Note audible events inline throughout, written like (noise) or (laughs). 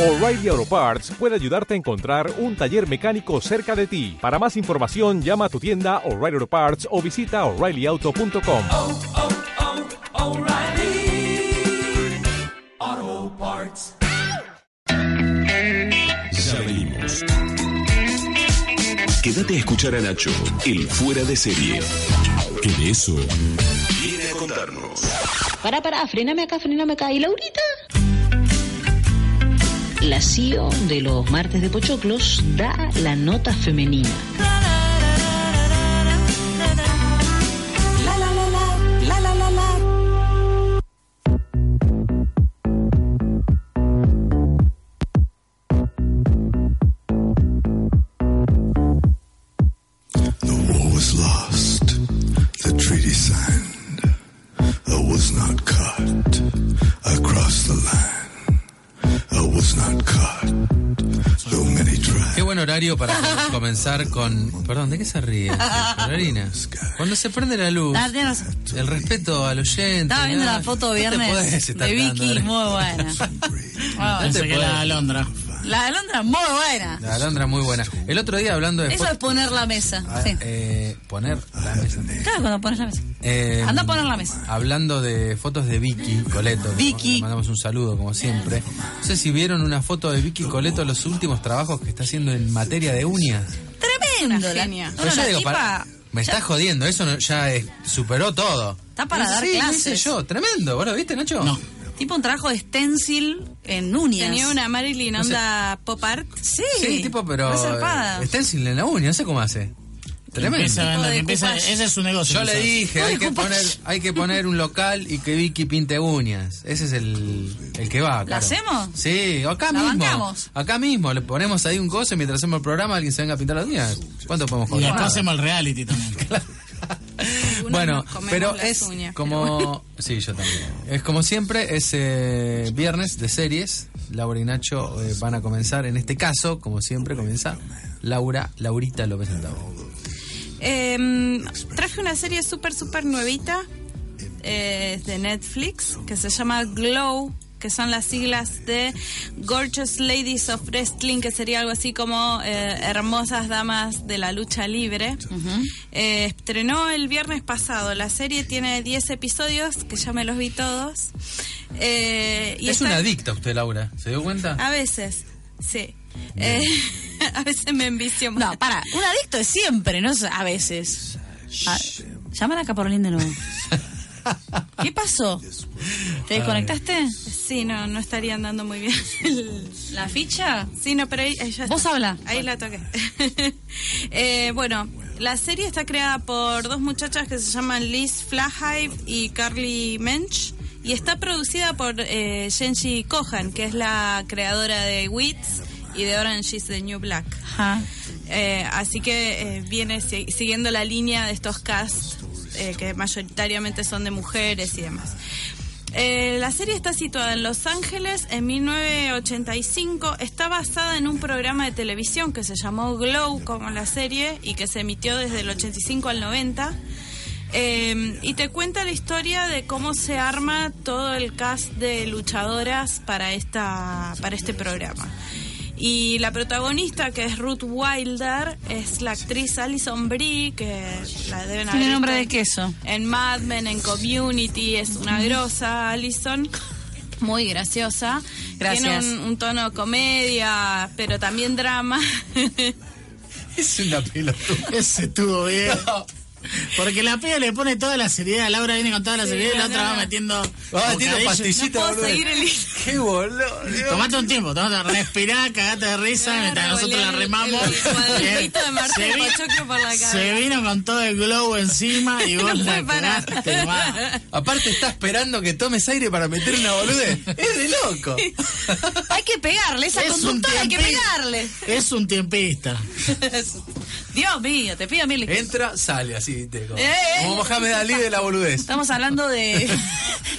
O'Reilly Auto Parts puede ayudarte a encontrar un taller mecánico cerca de ti. Para más información, llama a tu tienda O'Reilly Auto Parts o visita oreillyauto.com. oh, oh, O'Reilly. Auto Parts. Ya venimos. Quédate a escuchar a Nacho, el fuera de serie. Que de eso viene a contarnos. Pará, pará, frename acá, frename acá. ¿Y Laurita? La CEO de los martes de Pochoclos da la nota femenina. La la la la, la la la la. The war was lost, the treaty signed. I was not caught. I crossed the line. I was not caught, though many Qué tried. buen horario para comenzar con. Perdón, ¿de qué (laughs) se ríe? Florina? Cuando se prende la luz, Ah, tenés razón. el respeto al oyente. Estaba viendo nada. la foto No te podés viernes estar de dando- Vicky, muy buena. Wow. No te podés. la Alondra. La alondra, muy buena. muy buena. El otro día hablando de. Eso es poner la mesa. Ah, Sí. eh, poner la mesa. Claro, cuando pones la mesa. Eh, Anda a poner la mesa. Hablando de fotos de Vicky Coleto. que Vicky. le mandamos un saludo, como siempre. No sé si vieron una foto de Vicky Coleto, los últimos trabajos que está haciendo en materia de uñas. Tremendo. Una la- genia. No, Pero no, yo la digo, tipa pará, me estás jodiendo, eso no- ya eh, superó todo. Está para Sí, dar lo hice clases. yo, tremendo, ¿vos lo viste, Nacho? No. Tipo un trabajo de stencil en uñas. Tenía una Marilyn sé. onda pop art. Sí, Sí, tipo, pero. re zarpada. eh, Stencil en la uña, no sé cómo hace. Tremendo. Tipo de coupage. ese es su negocio. Yo le dije, hay que, poner, hay que poner un local y que Vicky pinte uñas. Ese es el, el que va. claro. hacemos? Sí, o acá ¿La mismo. bancamos? Acá mismo, le ponemos ahí un coso y mientras hacemos el programa alguien se venga a pintar las uñas. ¿Cuánto podemos Y cobrar? acá hacemos el (laughs) reality también. bueno, nos comemos pero las es uñas, como... (laughs) Sí, yo también. Es como siempre, es eh, viernes de series. Laura y Nacho eh, van a comenzar. En este caso, como siempre, comienza Laura, Laurita López Santabria. Eh, traje una serie súper, súper nuevita eh, de Netflix que se llama Glow, que son las siglas de Gorgeous Ladies of Wrestling, que sería algo así como eh, Hermosas Damas de la Lucha Libre. Eh, estrenó el viernes pasado. La serie tiene 10 episodios, que ya me los vi todos. Eh, y es está- Ah, una adicta usted, Laura. ¿Se dio cuenta? A veces, sí. Eh, (laughs) a veces me envicio más. No, para, un adicto es siempre, no es a veces. Ah, Llámala acá por de nuevo. ¿Qué pasó? ¿Te desconectaste? Sí, no, no estaría andando muy bien. (laughs) ¿La ficha? Sí, no, pero ahí, ahí ya Vos está. habla. Ahí la toqué. (laughs) Eh, bueno, la serie está creada por dos muchachas que se llaman Liz Flahive y Carly Mensch. Y está producida por eh, Jenji Kohan, que es la creadora de Wits y de Orange is the New Black. Ajá. Eh, así que eh, viene si- siguiendo la línea de estos casts eh, que mayoritariamente son de mujeres y demás. Eh, la serie está situada en Los Ángeles en 1985. Está basada en un programa de televisión que se llamó Glow, como la serie, y que se emitió desde el 85 al 90. Eh, y te cuenta la historia de cómo se arma todo el cast de luchadoras para, esta, para este programa. Y la protagonista, que es Ruth Wilder, es la actriz Alison Brie, que la deben haber Tiene nombre de visto queso. en Mad Men, en Community, es una grosa Allison. Muy graciosa. Gracias. Tiene un, un tono comedia, pero también drama. Es una (laughs) pelotuda. Ese estuvo bien. Ah, Porque la piba le pone toda la seriedad. Laura viene con toda la Sí, seriedad y la no, otra no. va metiendo. Ah, tiene bocadillo. pastillita, No (laughs) puedo boludo. seguir el hilo. Qué boludo. (laughs) Tomate un tiempo, tomate, respirá, cagate de risa, Me mientras agarra nosotros la volando remamos. el- el Bien. cuadernito de Marta Se vi- Pochoclo por la cara. Se vino con todo el glow (laughs) encima y vos No puede la parar. cagaste más. Aparte está esperando que tomes aire para meter una boludez. Es de (laughs) loco. Hay que pegarle, esa Es un conductora hay que tiempi- pegarle. Es un tiempista. Dios mío, te pido mil disculpas. Entra, sale así, ¿viste? Como, Eh, eh. como Mohamed Ali de la boludez. Estamos hablando (laughs) de,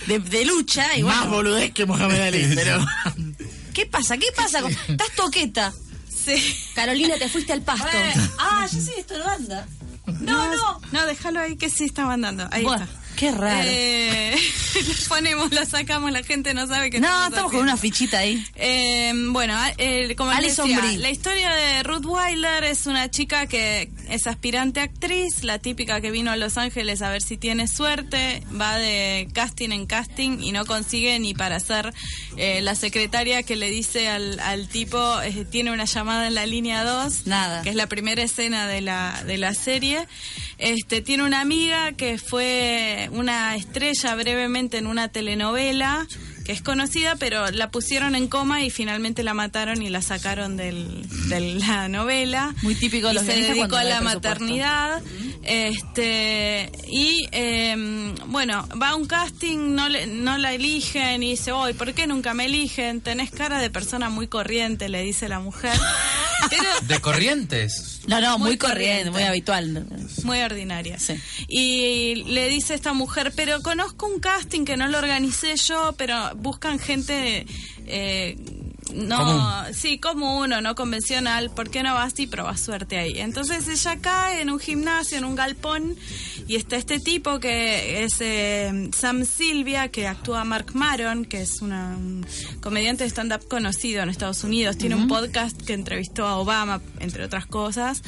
de, de Ah, lucha y Más bueno, boludez que Mohamed (laughs) Ali, pero. (laughs) ¿qué pasa? ¿Qué pasa? con- Estás toqueta. (laughs) Sí. Carolina, te fuiste al pasto. Eh, Ah, yo soy estorbanda. No, no. No, déjalo ahí que sí está mandando. Ahí Bueno, está. Qué raro. Eh, (laughs) la ponemos, la sacamos, la gente no sabe que no, estamos con haciendo. una fichita ahí. Eh, bueno, a- eh, como les Alison decía, Brie. la historia de Ruth Weiler es una chica que es aspirante actriz, la típica que vino a Los Ángeles a ver si tiene suerte, va de casting en casting y no consigue ni para ser eh, la secretaria que le dice al, al tipo, eh, tiene una llamada en la línea 2, Nada. que es la primera escena de la, de la serie. Este, tiene una amiga que fue una estrella brevemente en una telenovela que es conocida, pero la pusieron en coma y finalmente la mataron y la sacaron del, (laughs) de la novela. Muy típico de Y los se guionistas dedicó cuando a no hay la presupuesto. maternidad. Este, y eh, bueno, va a un casting, no, le- no la eligen y dice, hoy, ¿por qué nunca me eligen? Tenés cara de persona muy corriente, le dice (laughs) la mujer. Pero ¿De corrientes? No, no, muy, Muy corriente, corriente. muy habitual. muy ordinaria. Sí. Y le dice esta mujer, pero conozco un casting que no lo organicé yo, pero buscan gente... eh, no, Común. sí, como uno, no convencional, ¿por qué no vas y probas suerte ahí? Entonces ella cae en un gimnasio, en un galpón, y está este tipo que es eh, Sam Silvia, que actúa Mark Maron, que es una- un comediante de stand-up conocido en Estados Unidos, tiene un podcast que entrevistó a Obama, entre otras cosas.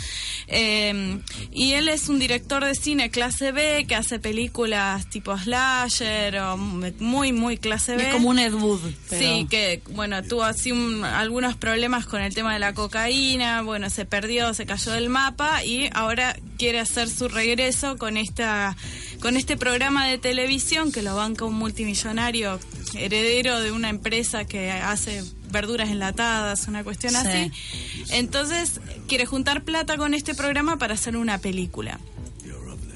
Eh, y él es un director de cine clase B que hace películas tipo slasher o muy, muy clase B. Es como un Ed Wood. pero- Sí, que bueno, tuvo así un- algunos problemas con el tema de la cocaína, bueno, se perdió, se cayó del mapa y ahora quiere hacer su regreso con esta con este programa de televisión que lo banca un multimillonario heredero de una empresa que hace verduras enlatadas, una cuestión Sí. así. Entonces, quiere juntar plata con este programa para hacer una película.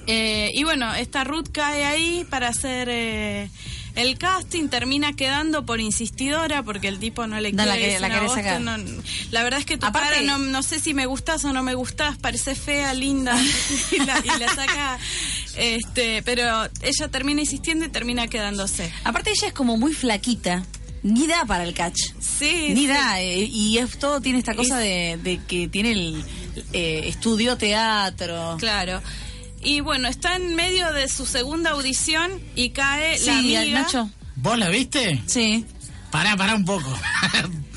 Eh, y bueno, esta Ruth cae ahí para hacer eh, el casting, termina quedando por insistidora porque el tipo no le No, quiere. la que- dice, la "No, querés vos te- sacar". no- la verdad es que tu Aparte- cara no, no sé si me gustás o no me gustás, parece fea, (laughs) linda y, la, y la saca. Este, pero ella termina insistiendo y termina quedándose. Aparte ella es como muy flaquita, ni da para el catch. Sí, Ni sí. da, eh, y es todo tiene esta cosa de, de que tiene el eh, estudio teatro. Claro. Y bueno, está en medio de su segunda audición y cae la Sí, amiga. Nacho. ¿Vos la viste? (laughs) Sí. Pará, pará un poco. (laughs)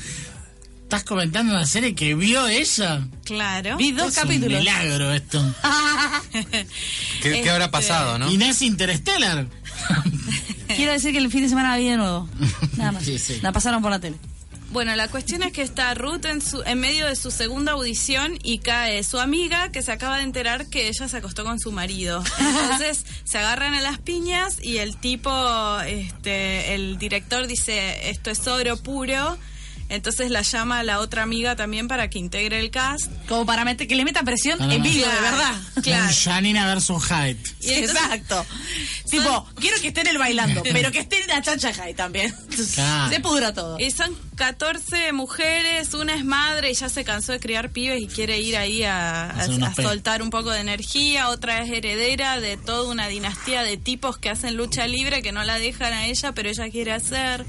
Estás comentando una serie que vio ella. Claro. Vi dos Es Un capítulos. milagro esto. ¿Qué, qué habrá pasado, no? (laughs) Inés Interstellar. Quiero decir que el fin de semana la vi de nuevo. Nada más. Sí, sí. La pasaron por la tele. Bueno, la cuestión es que está Ruth en, su- en medio de su segunda audición y cae su amiga que se acaba de enterar que ella se acostó con su marido. Entonces se agarran a las piñas y el tipo, este, el director dice, esto es oro puro. Entonces la llama a la otra amiga también para que integre el cast. Como para meter, que le meta presión No, no, en no. vivo, de Claro. verdad. Claro. Janina versus Hyde. (laughs) Y entonces- Exacto. Tipo, quiero que estén el (laughs) bailando, pero que estén la chancha high también. Claro. Se pudra todo. Y son 14 mujeres, una es madre y ya se cansó de criar pibes y quiere ir ahí a, a- Hacer unos a pe- soltar un poco de energía, otra es heredera de toda una dinastía de tipos que hacen lucha libre que no la dejan a ella, pero ella quiere hacer.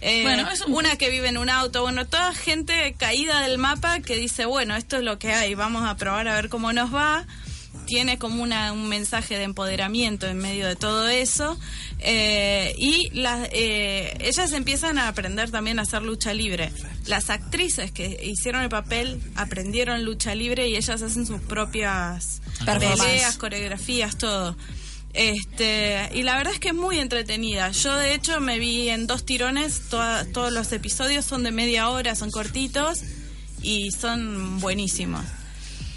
Eh, Bueno, es un- una que vive en un auto, bueno, toda gente caída del mapa que dice, bueno, esto es lo que hay, vamos a probar a ver cómo nos va. Tiene como una- un mensaje de empoderamiento en medio de todo eso. Eh, y las, eh, ellas empiezan a aprender también a hacer lucha libre. Las actrices que hicieron el papel aprendieron lucha libre y ellas hacen sus propias Performance. peleas, coreografías, todo. Este, y la verdad es que es muy entretenida. Yo de hecho me vi en dos tirones, toda- todos los episodios son de media hora, son cortitos y son buenísimos.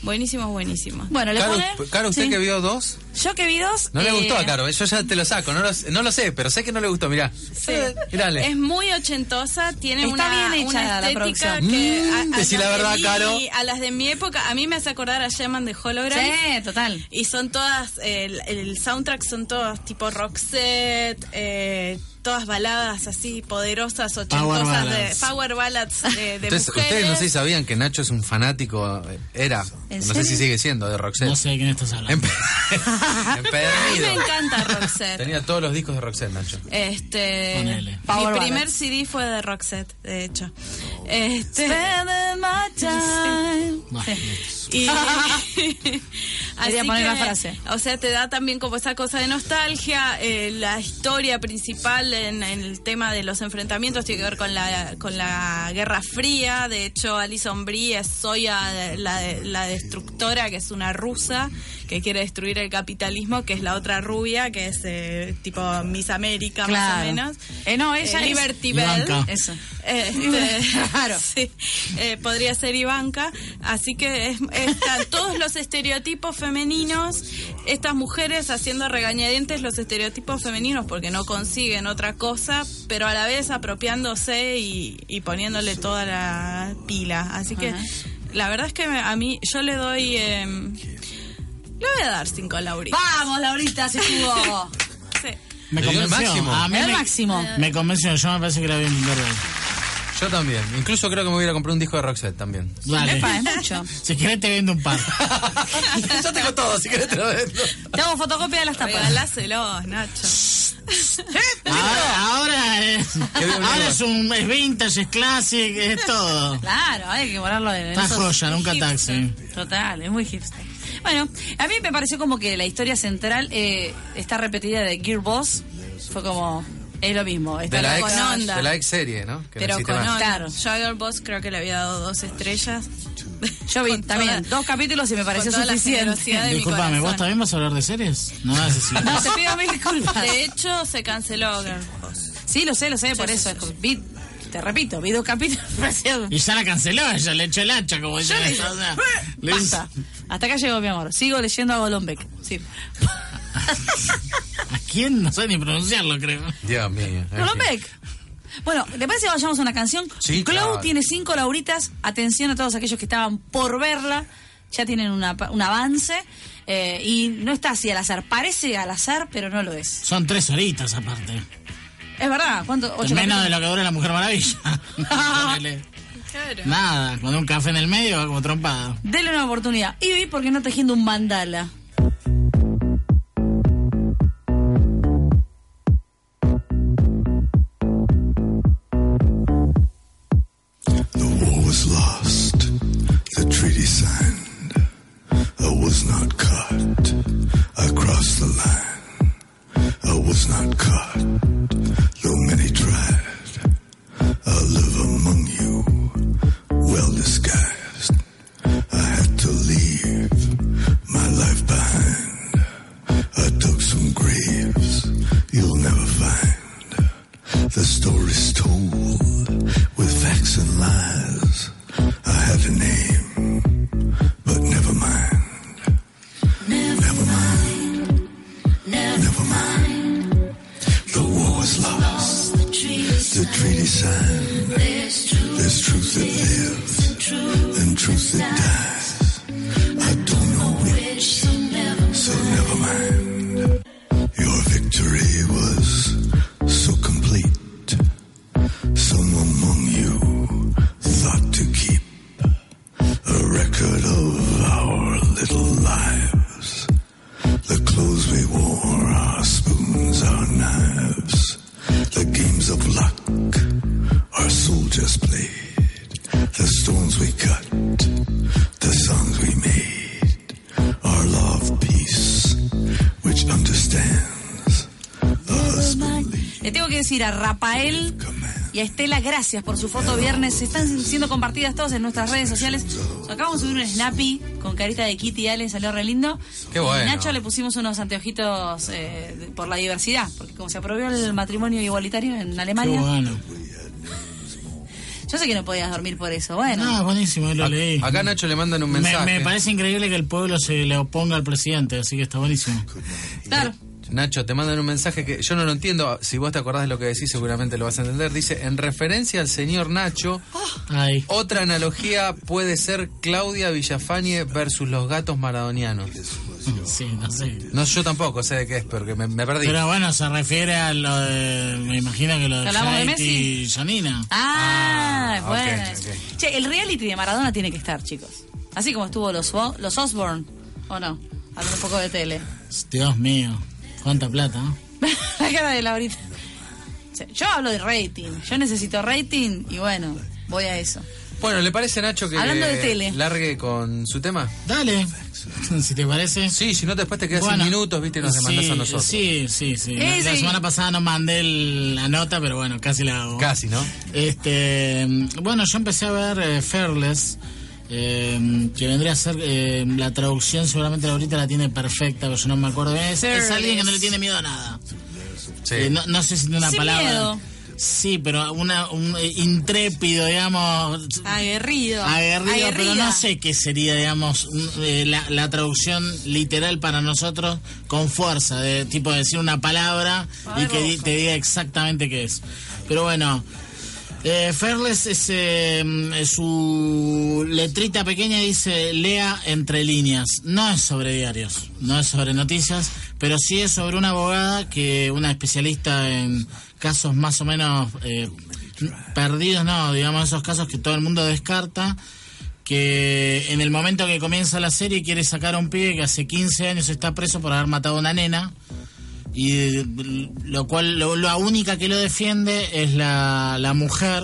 Buenísimos, buenísimos. Bueno, le Caro, pone. Caro, usted Sí. que vio dos, Yo que vi dos. no le eh, gustó a Caro. Yo ya te lo saco, no lo, no lo sé, pero sé que no le gustó, mirá. Sí. Mirale. eh, Es muy ochentosa, tiene Está una, bien hecha una la estética producción. que Mm, decí las la de verdad, mi- Caro. a las de mi época, a mí me hace acordar a Shaman de Hologram. Sí, total. Y son todas, el, el soundtrack son todos tipo Roxette, eh, todas baladas así poderosas, ochentosas, ballads. de power ballads de, de Ustedes, mujeres. ustedes no sé si sabían que Nacho es un fanático, eh, era, no ¿En sé serio? si sigue siendo, de Roxette. No sé de quién estás (laughs) hablando. Empe- (laughs) A mí Empedernido. me encanta Roxette. Tenía todos los discos de Roxette, Nacho. Este, Ponele. Power mi primer ballads. CD fue de Roxette, de hecho. Oh. (laughs) Este, (laughs) Spending my time. Bueno, Y Quería poner la frase. O sea, te da también como esa cosa de nostalgia, eh, la historia principal en, en el tema de los enfrentamientos tiene que ver con la, con la Guerra Fría, de hecho Alison Brie es Zoya, la, la destructora, que es una rusa que quiere destruir el capitalismo, que es la otra rubia, que es eh, tipo Miss América más o Claro. menos. Eh, no, ella es- Ah. Liberty Bell. Blanca. Eso. Este, (laughs) Claro. (laughs) sí, eh, podría ser Ivanka. Así que es- están todos los estereotipos femeninos, estas mujeres haciendo regañadientes los estereotipos femeninos porque no consiguen otra cosa, pero a la vez apropiándose y, y poniéndole toda la pila. Así que Ajá. la verdad es que me- a mí yo le doy... em, le voy a dar cinco lauritas. Vamos, Laurita, se (laughs) estuvo. Sí. Me Le dio el convenció. máximo. A mí Era el me, máximo. me convenció. Yo me parece que la voy a intentar ver. Yo también. Incluso creo que me voy a ir a comprar un disco de Roxette también. Dale. Epa, es mucho. (laughs) Si querés te vendo un (laughs) par. Yo tengo todo, si querés te lo vendo. Te hago fotocopia de las tapas. Regaláselos, Nacho. Ahora, ahora es, (laughs) Qué bien, ahora Laura. es un es vintage, es classic, es todo. (laughs) Claro, hay que ponerlo en Está esos- joya, nunca taxi. Total, es muy hipster. Bueno, a mí me pareció como que la historia central eh, está repetida de Gearbox. Fue como, es lo mismo. Está De la, con ex, onda. de la ex serie, ¿no? Que no Pero existe con más. onda. Claro. Yo a Girl Boss creo que le había dado dos estrellas. Yo vi Con también toda- dos capítulos y me pareció toda la suficiente. generosidad de mi Disculpame, ¿vos corazón. también vas a hablar de series? No, no sé si- No, te pido mil disculpas. De hecho, se canceló Girl Boss. Sí, lo sé, lo sé, por eso. es como- vi- te repito, vi dos capítulos. (laughs) me pareció- Y ya la canceló, ella le echó el hacha, como Yo ella. le dije, "Eh, o sea, le hizo- basta. Hasta acá llegó mi amor. Sigo leyendo a Golombek. Sí. (laughs) ¿A quién? No sé ni pronunciarlo, creo. Dios mío. en fin. Golombek. Bueno, ¿le parece que vayamos a una canción? Eh, Sí, Glow claro. tiene cinco lauritas. Atención a todos aquellos que estaban por verla. Ya tienen una pa- un avance. eh, y no está así al azar. Parece al azar, pero no lo es. Son tres horitas aparte. Es verdad. ¿Cuánto? ¿Ocho Menos capítulos? de lo que dura la Mujer Maravilla. (laughs) Ponele. Nada, con un café en el medio va como trompado. Dele una oportunidad. Y vi porque no tejiendo un mandala. The war was lost, the treaty signed. I was not caught. I crossed the line. I was not caught. Though many tried, I live among you, well disguised. I had to leave my life behind. I took some graves you'll never find. The story's told with facts and lies. I had a name, but never mind. Never mind. Never mind. The war was lost. The treaty signed. There's truth that lives and truth that dies. I don't know which, so never mind. Your victory was so complete. Some among you thought to keep a record of our little lives. The clothes we wore, our spoons, our knives. The games of luck our soldiers played. The stones we cut, the songs we made. Our law of peace, which understands the husbandly Le tengo que decir a Rafael command. y a Estela, gracias por su foto viernes. Están siendo compartidas todas en nuestras redes sociales. Acabamos de subir un snappy con carita de Kitty Allen, salió re lindo. Qué bueno. Y Nacho le pusimos unos anteojitos eh, de- por la diversidad, porque como se aprobó el matrimonio igualitario en Qué Alemania, bueno. yo sé que no podías dormir por eso. Bueno, No, buenísimo, lo leí. Acá Nacho le mandan un Me- mensaje. Me, parece increíble que el pueblo se le oponga al presidente, así que está buenísimo. claro. Nacho, te mandan un mensaje que yo no lo entiendo. Si vos te acordás de lo que decís, seguramente lo vas a entender. Dice, en referencia al señor Nacho, Oh. Ay. otra analogía puede ser Claudia Villafañe versus los gatos maradonianos. Sí, no sé. No, yo tampoco sé de qué es, porque me, me perdí. Pero bueno, se refiere a lo de. Me imagino que lo de ¿Hablamos de Flight Messi? y Janina. Ah, Ah, bueno. ok, ok. Che, el reality de Maradona tiene que estar, chicos. Así como estuvo los, Wa- los Osborne, ¿o no? Hablando un poco de tele. Dios mío, cuánta plata. ¿no? (laughs) la cara de Laurita. O sea, Yo hablo de rating, yo necesito rating y bueno, voy a eso. Bueno, ¿le parece, Nacho, que Hablando de tele. largue con su tema? Dale, (laughs) si te parece. Sí, si no, después te quedas Bueno. sin minutos, viste, y nos demandás sí, a nosotros. Sí, sí, sí. Eh, la sí. semana pasada no mandé el- la nota, pero bueno, casi la hago. Casi, ¿no? Este, mm, bueno, yo empecé a ver eh, Fearless, eh, que vendría a ser eh, la traducción, seguramente ahorita la tiene perfecta, pero yo no me acuerdo bien. Es, es alguien que no le tiene miedo a nada. Eh, no, no sé si tiene una Sin palabra. miedo. Sí, pero una, un eh, intrépido, digamos. Aguerrido. Aguerrido, Ah, pero Aguerrida. no sé qué sería, digamos, un- eh, la, la traducción literal para nosotros con fuerza, de tipo decir una palabra y que di- te diga exactamente qué es. Pero bueno, eh, Fairless es eh, mm, su letrita pequeña dice lea entre líneas. No es sobre diarios, no es sobre noticias, pero sí es sobre una abogada que una especialista en casos más o menos eh, perdidos, no, digamos esos casos que todo el mundo descarta que en el momento que comienza la serie quiere sacar a un pibe que hace 15 años está preso por haber matado a una nena y eh, lo cual lo, la única que lo defiende es la, la mujer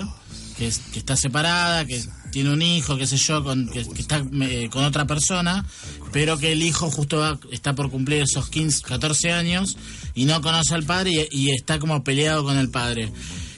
que, es- que está separada que tiene un hijo qué sé yo con, que, que está eh, con otra persona pero que el hijo justo va- está por cumplir esos 15 14 años y no conoce al padre y, y está como peleado con el padre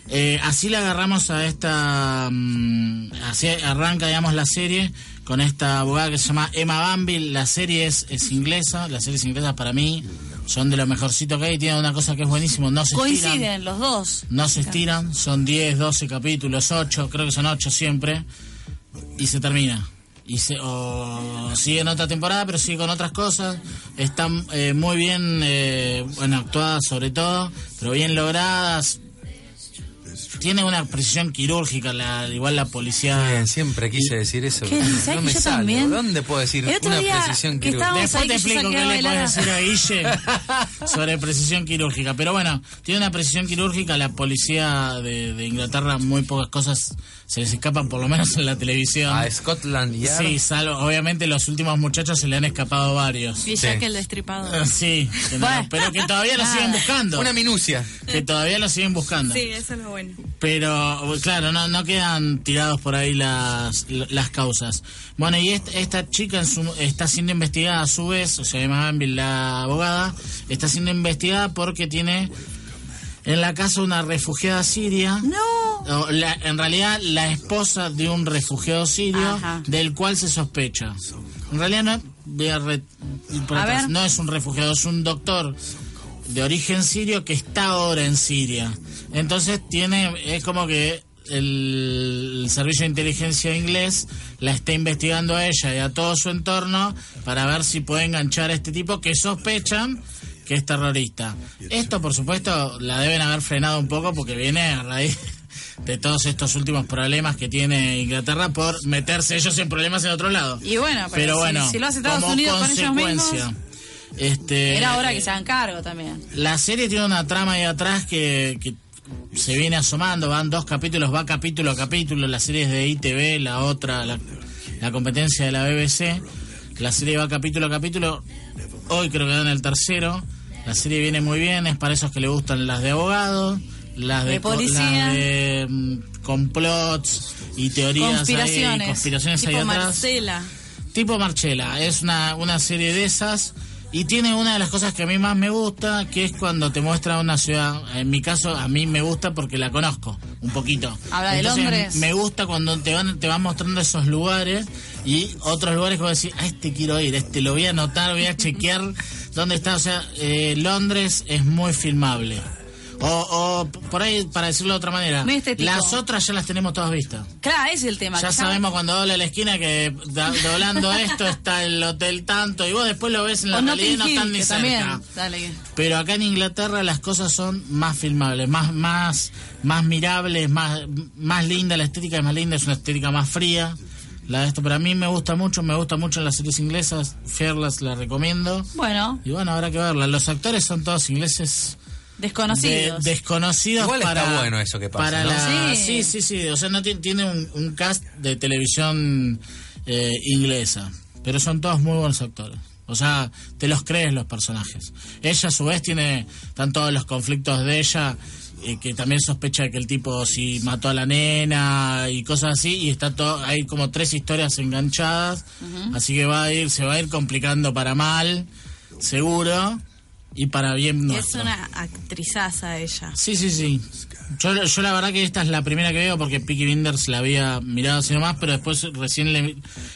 Eh, así la agarramos a esta mm, así arranca digamos la serie con esta abogada que se llama Emma Bambi la serie es, es inglesa las series inglesas para mí son de lo mejorcito que hay tienen una cosa que es buenísimo no se estiran. Coinciden los dos. No se estiran, son 10, 12 capítulos, 8, creo que son 8 siempre, y se termina. Y se, o sigue en otra temporada, pero sigue con otras cosas. Están eh, muy bien eh, bueno, actuadas, sobre todo, pero bien logradas. Tiene una precisión quirúrgica, la, igual la policía. siempre quise decir eso. ¿Qué? ¿Sabes no que me yo sale. también? ¿Dónde puedo decir El otro una día precisión que quirúrgica? estábamos Después Pues ahí te que yo explico saqué qué a le bailar puedes a- decir sobre precisión quirúrgica. Pero bueno, tiene una precisión quirúrgica. La policía de, de Inglaterra, muy pocas cosas se les escapan, por lo menos en la televisión. A Scotland Yard. Sí, salvo, obviamente los últimos muchachos se le han escapado varios. Y ya que el destripador. (laughs) Sí, que no, Bueno. pero que todavía lo Nada. siguen buscando. Una minucia. Que todavía lo siguen buscando. Sí, eso es lo bueno. Pero pues, claro, no, no quedan tirados por ahí las, las causas. Bueno, y est- esta chica en su- está siendo investigada a su vez, o sea, Emma Gamble, la abogada, está siendo investigada porque tiene en la casa una refugiada siria. No. en realidad, la esposa de un refugiado sirio Ajá. del cual se sospecha. En realidad no, voy a re- ir por A atrás. ver. no es un refugiado, es un doctor de origen sirio que está ahora en Siria. Entonces tiene, es como que el, el servicio de inteligencia inglés la está investigando a ella y a todo su entorno para ver si puede enganchar a este tipo que sospechan que es terrorista. Esto, por supuesto, la deben haber frenado un poco porque viene a raíz de todos estos últimos problemas que tiene Inglaterra por meterse ellos en problemas en otro lado. Y bueno, pero, Pero si, bueno, si lo hace Estados como Unidos con ellos mismos, consecuencia, este, era hora que se hagan cargo también. la serie tiene una trama ahí atrás que, que se viene asomando, van dos capítulos, va capítulo a capítulo, la serie es de ITV, la otra, la, la competencia de la BBC, la serie va capítulo a capítulo, hoy creo que dan el tercero, la serie viene muy bien, es para esos que le gustan las de abogados, las de, De co- policía. las de mm, complots y teorías, ahí, Conspiraciones. conspiraciones ahí Tipo atrás Marcela. tipo Marchela. Es una, una serie de esas. Y tiene una de las cosas que a mí más me gusta, que es cuando te muestra una ciudad. En mi caso, a mí me gusta porque la conozco un poquito. Habla de Entonces, Londres. Me gusta cuando te van, te van mostrando esos lugares y otros lugares que vos decís, a este quiero ir, este lo voy a anotar, voy a chequear dónde está. O sea, eh, Londres es muy filmable. O, o por ahí, para decirlo de otra manera, Muy estético. las otras ya las tenemos todas vistas. Claro, ese es el tema. Ya que sabemos cuando dobla la esquina que da- (laughs) doblando esto está el hotel tanto y vos después lo ves en la O Notting realidad y no están Hill, ni que cerca. también. Dale. Pero acá en Inglaterra las cosas son más filmables, más más más mirables, más más linda la estética, es más linda, es una estética más fría. La de esto, pero a mí me gusta mucho, me gusta mucho las series inglesas, Fearless la recomiendo. Bueno, Y bueno, habrá que verla. Los actores son todos ingleses. desconocidos. De- desconocidos Igual para, está bueno eso que pasa, Para ¿no? la- Sí. sí. sí, sí, O sea, no tiene, tiene un, un cast de televisión eh, inglesa. Pero son todos muy buenos actores. O sea, te los crees los personajes. Ella a su vez tiene, están todos los conflictos de ella eh, que también sospecha de que el tipo si mató a la nena y cosas así y está todo hay como tres historias enganchadas así que va a ir se va a ir complicando para mal seguro y para bien Es nuestro. una actrizaza ella. sí sí sí yo, yo la verdad que esta es la primera que veo porque Peaky Blinders la había mirado así nomás pero después recién le,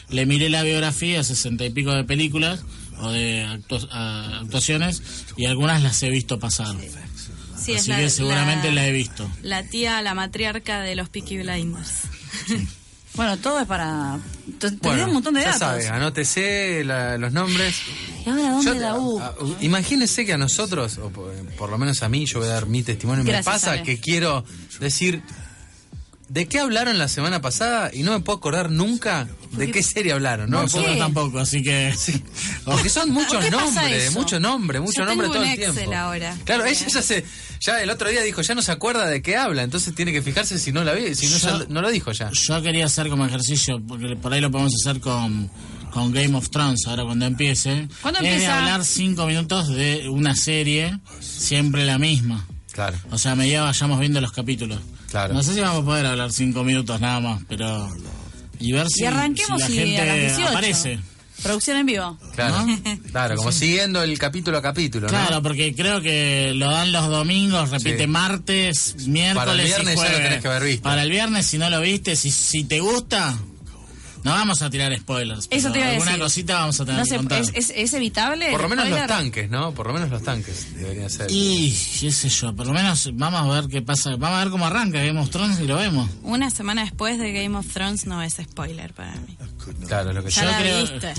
le miré la biografía sesenta y pico de películas o de actu- a- actuaciones y algunas las he visto pasar Sí, es así la- que seguramente la he visto La tía, la matriarca de los Peaky Blinders. Bueno, todo es para. Tenés Bueno, un montón de ya datos. sabes, anótese la- los nombres. ¿Y ahora dónde Yo- la U? a- u- imagínense que a nosotros, o por, por lo menos a mí, yo voy a dar mi testimonio, Gracias, me pasa Ale. que quiero decir, ¿de qué hablaron la semana pasada? Y no me puedo acordar nunca de qué serie hablaron. No, me puedo- Nosotros tampoco, así que sí. porque son muchos qué pasa nombres, eso? muchos nombres, muchos tengo nombres todo un el Excel tiempo. ahora. Claro, ella ya se, ya el otro día dijo, ya no se acuerda de qué habla, entonces tiene que fijarse si no la vi, si no, Yo- ya- no lo dijo ya. Yo quería hacer como ejercicio, porque por ahí lo podemos hacer con, con Game of Thrones, ahora cuando empiece. ¿Cuándo es de empieza? hablar cinco minutos de una serie, siempre la misma. Claro. O sea, a medida que vayamos viendo los capítulos. Claro. No sé si vamos a poder hablar cinco minutos nada más, pero... Y ver si, y arranquemos si y la gente a las 18. aparece. Producción en vivo. Claro, ¿No? claro, como siguiendo el capítulo a capítulo, ¿no? Claro, porque creo que lo dan los domingos, repite Sí. martes, miércoles viernes y ya lo jueves. tenés que haber visto. Para el viernes, si no lo viste, si, si te gusta, no vamos a tirar spoilers. Eso pero te iba a Alguna decir. cosita vamos a tener No que sé, contar. ¿es, es, es evitable? Por lo el menos los spoiler? tanques, ¿no? Por lo menos los tanques deberían ser. Y, qué sé yo, por lo menos vamos a ver qué pasa. Vamos a ver cómo arranca Game of Thrones y lo vemos. Una semana después de Game of Thrones no es spoiler para mí. Claro, lo que Ya yo. la creo- viste.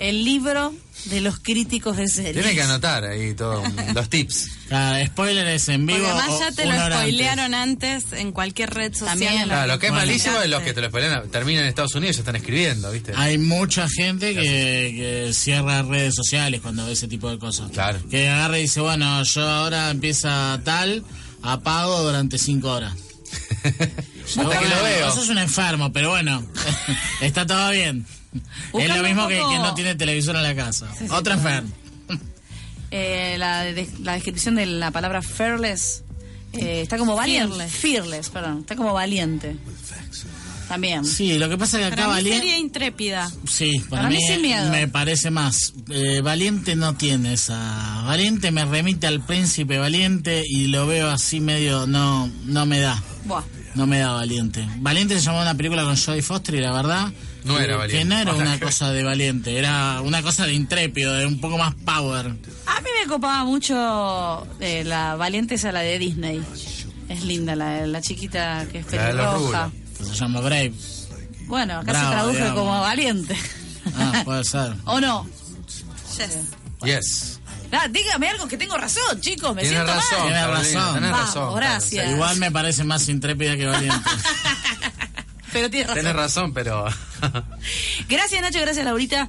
El libro de los críticos de Tienen que series. anotar ahí todos los tips. Claro, spoilers en vivo. Porque además o ya te lo una hora antes. spoilearon antes en cualquier red social. También. en la Claro, que lo que es te malísimo es los que enteraste. te lo pelean, terminan en Estados Unidos y ya están escribiendo, ¿viste? Hay mucha gente que, que cierra redes sociales cuando ve ese tipo de cosas. Claro. Que agarra y dice, bueno, yo ahora empieza tal, apago durante cinco horas. Hasta que lo veo. Eso es un enfermo, pero bueno, (laughs) está todo bien. es Buscando lo un mismo que poco- quien no tiene televisor en la casa. Otro enfermo. Eh, la, de- la descripción de la palabra fearless eh, está como valiente. Fearless. Fearless. perdón. Está como valiente. También. Sí, lo que pasa es que Para acá mí valía... sería intrépida. Sí, para, Para mí sin miedo. me parece más. Eh, Valiente no tiene esa. Valiente me remite al príncipe Valiente y lo veo así medio. No, no me da. Buah. No me da Valiente. Valiente se llamó una película con Jodie Foster y la verdad. No que- era Valiente. Que no era O sea una que- cosa de Valiente, era una cosa de intrépido, de un poco más power. A mí me copaba mucho eh, la valiente esa, la de Disney. Es linda, la, la chiquita que es La de los pelirroja. rulos. Se llama Brave. Bueno, acá Brava, se tradujo digamos. como valiente. (laughs) Ah, puede ser. ¿O no? Yes. Ah, dígame algo que tengo razón, chicos. Me Tienes siento razón, mal. Tienes Carolina, razón. Tenés Vamos, razón. claro. gracias. Igual me parece más intrépida que Valiente. Pero tienes razón. Tenés razón, pero. Gracias, Nacho. Gracias, Laurita.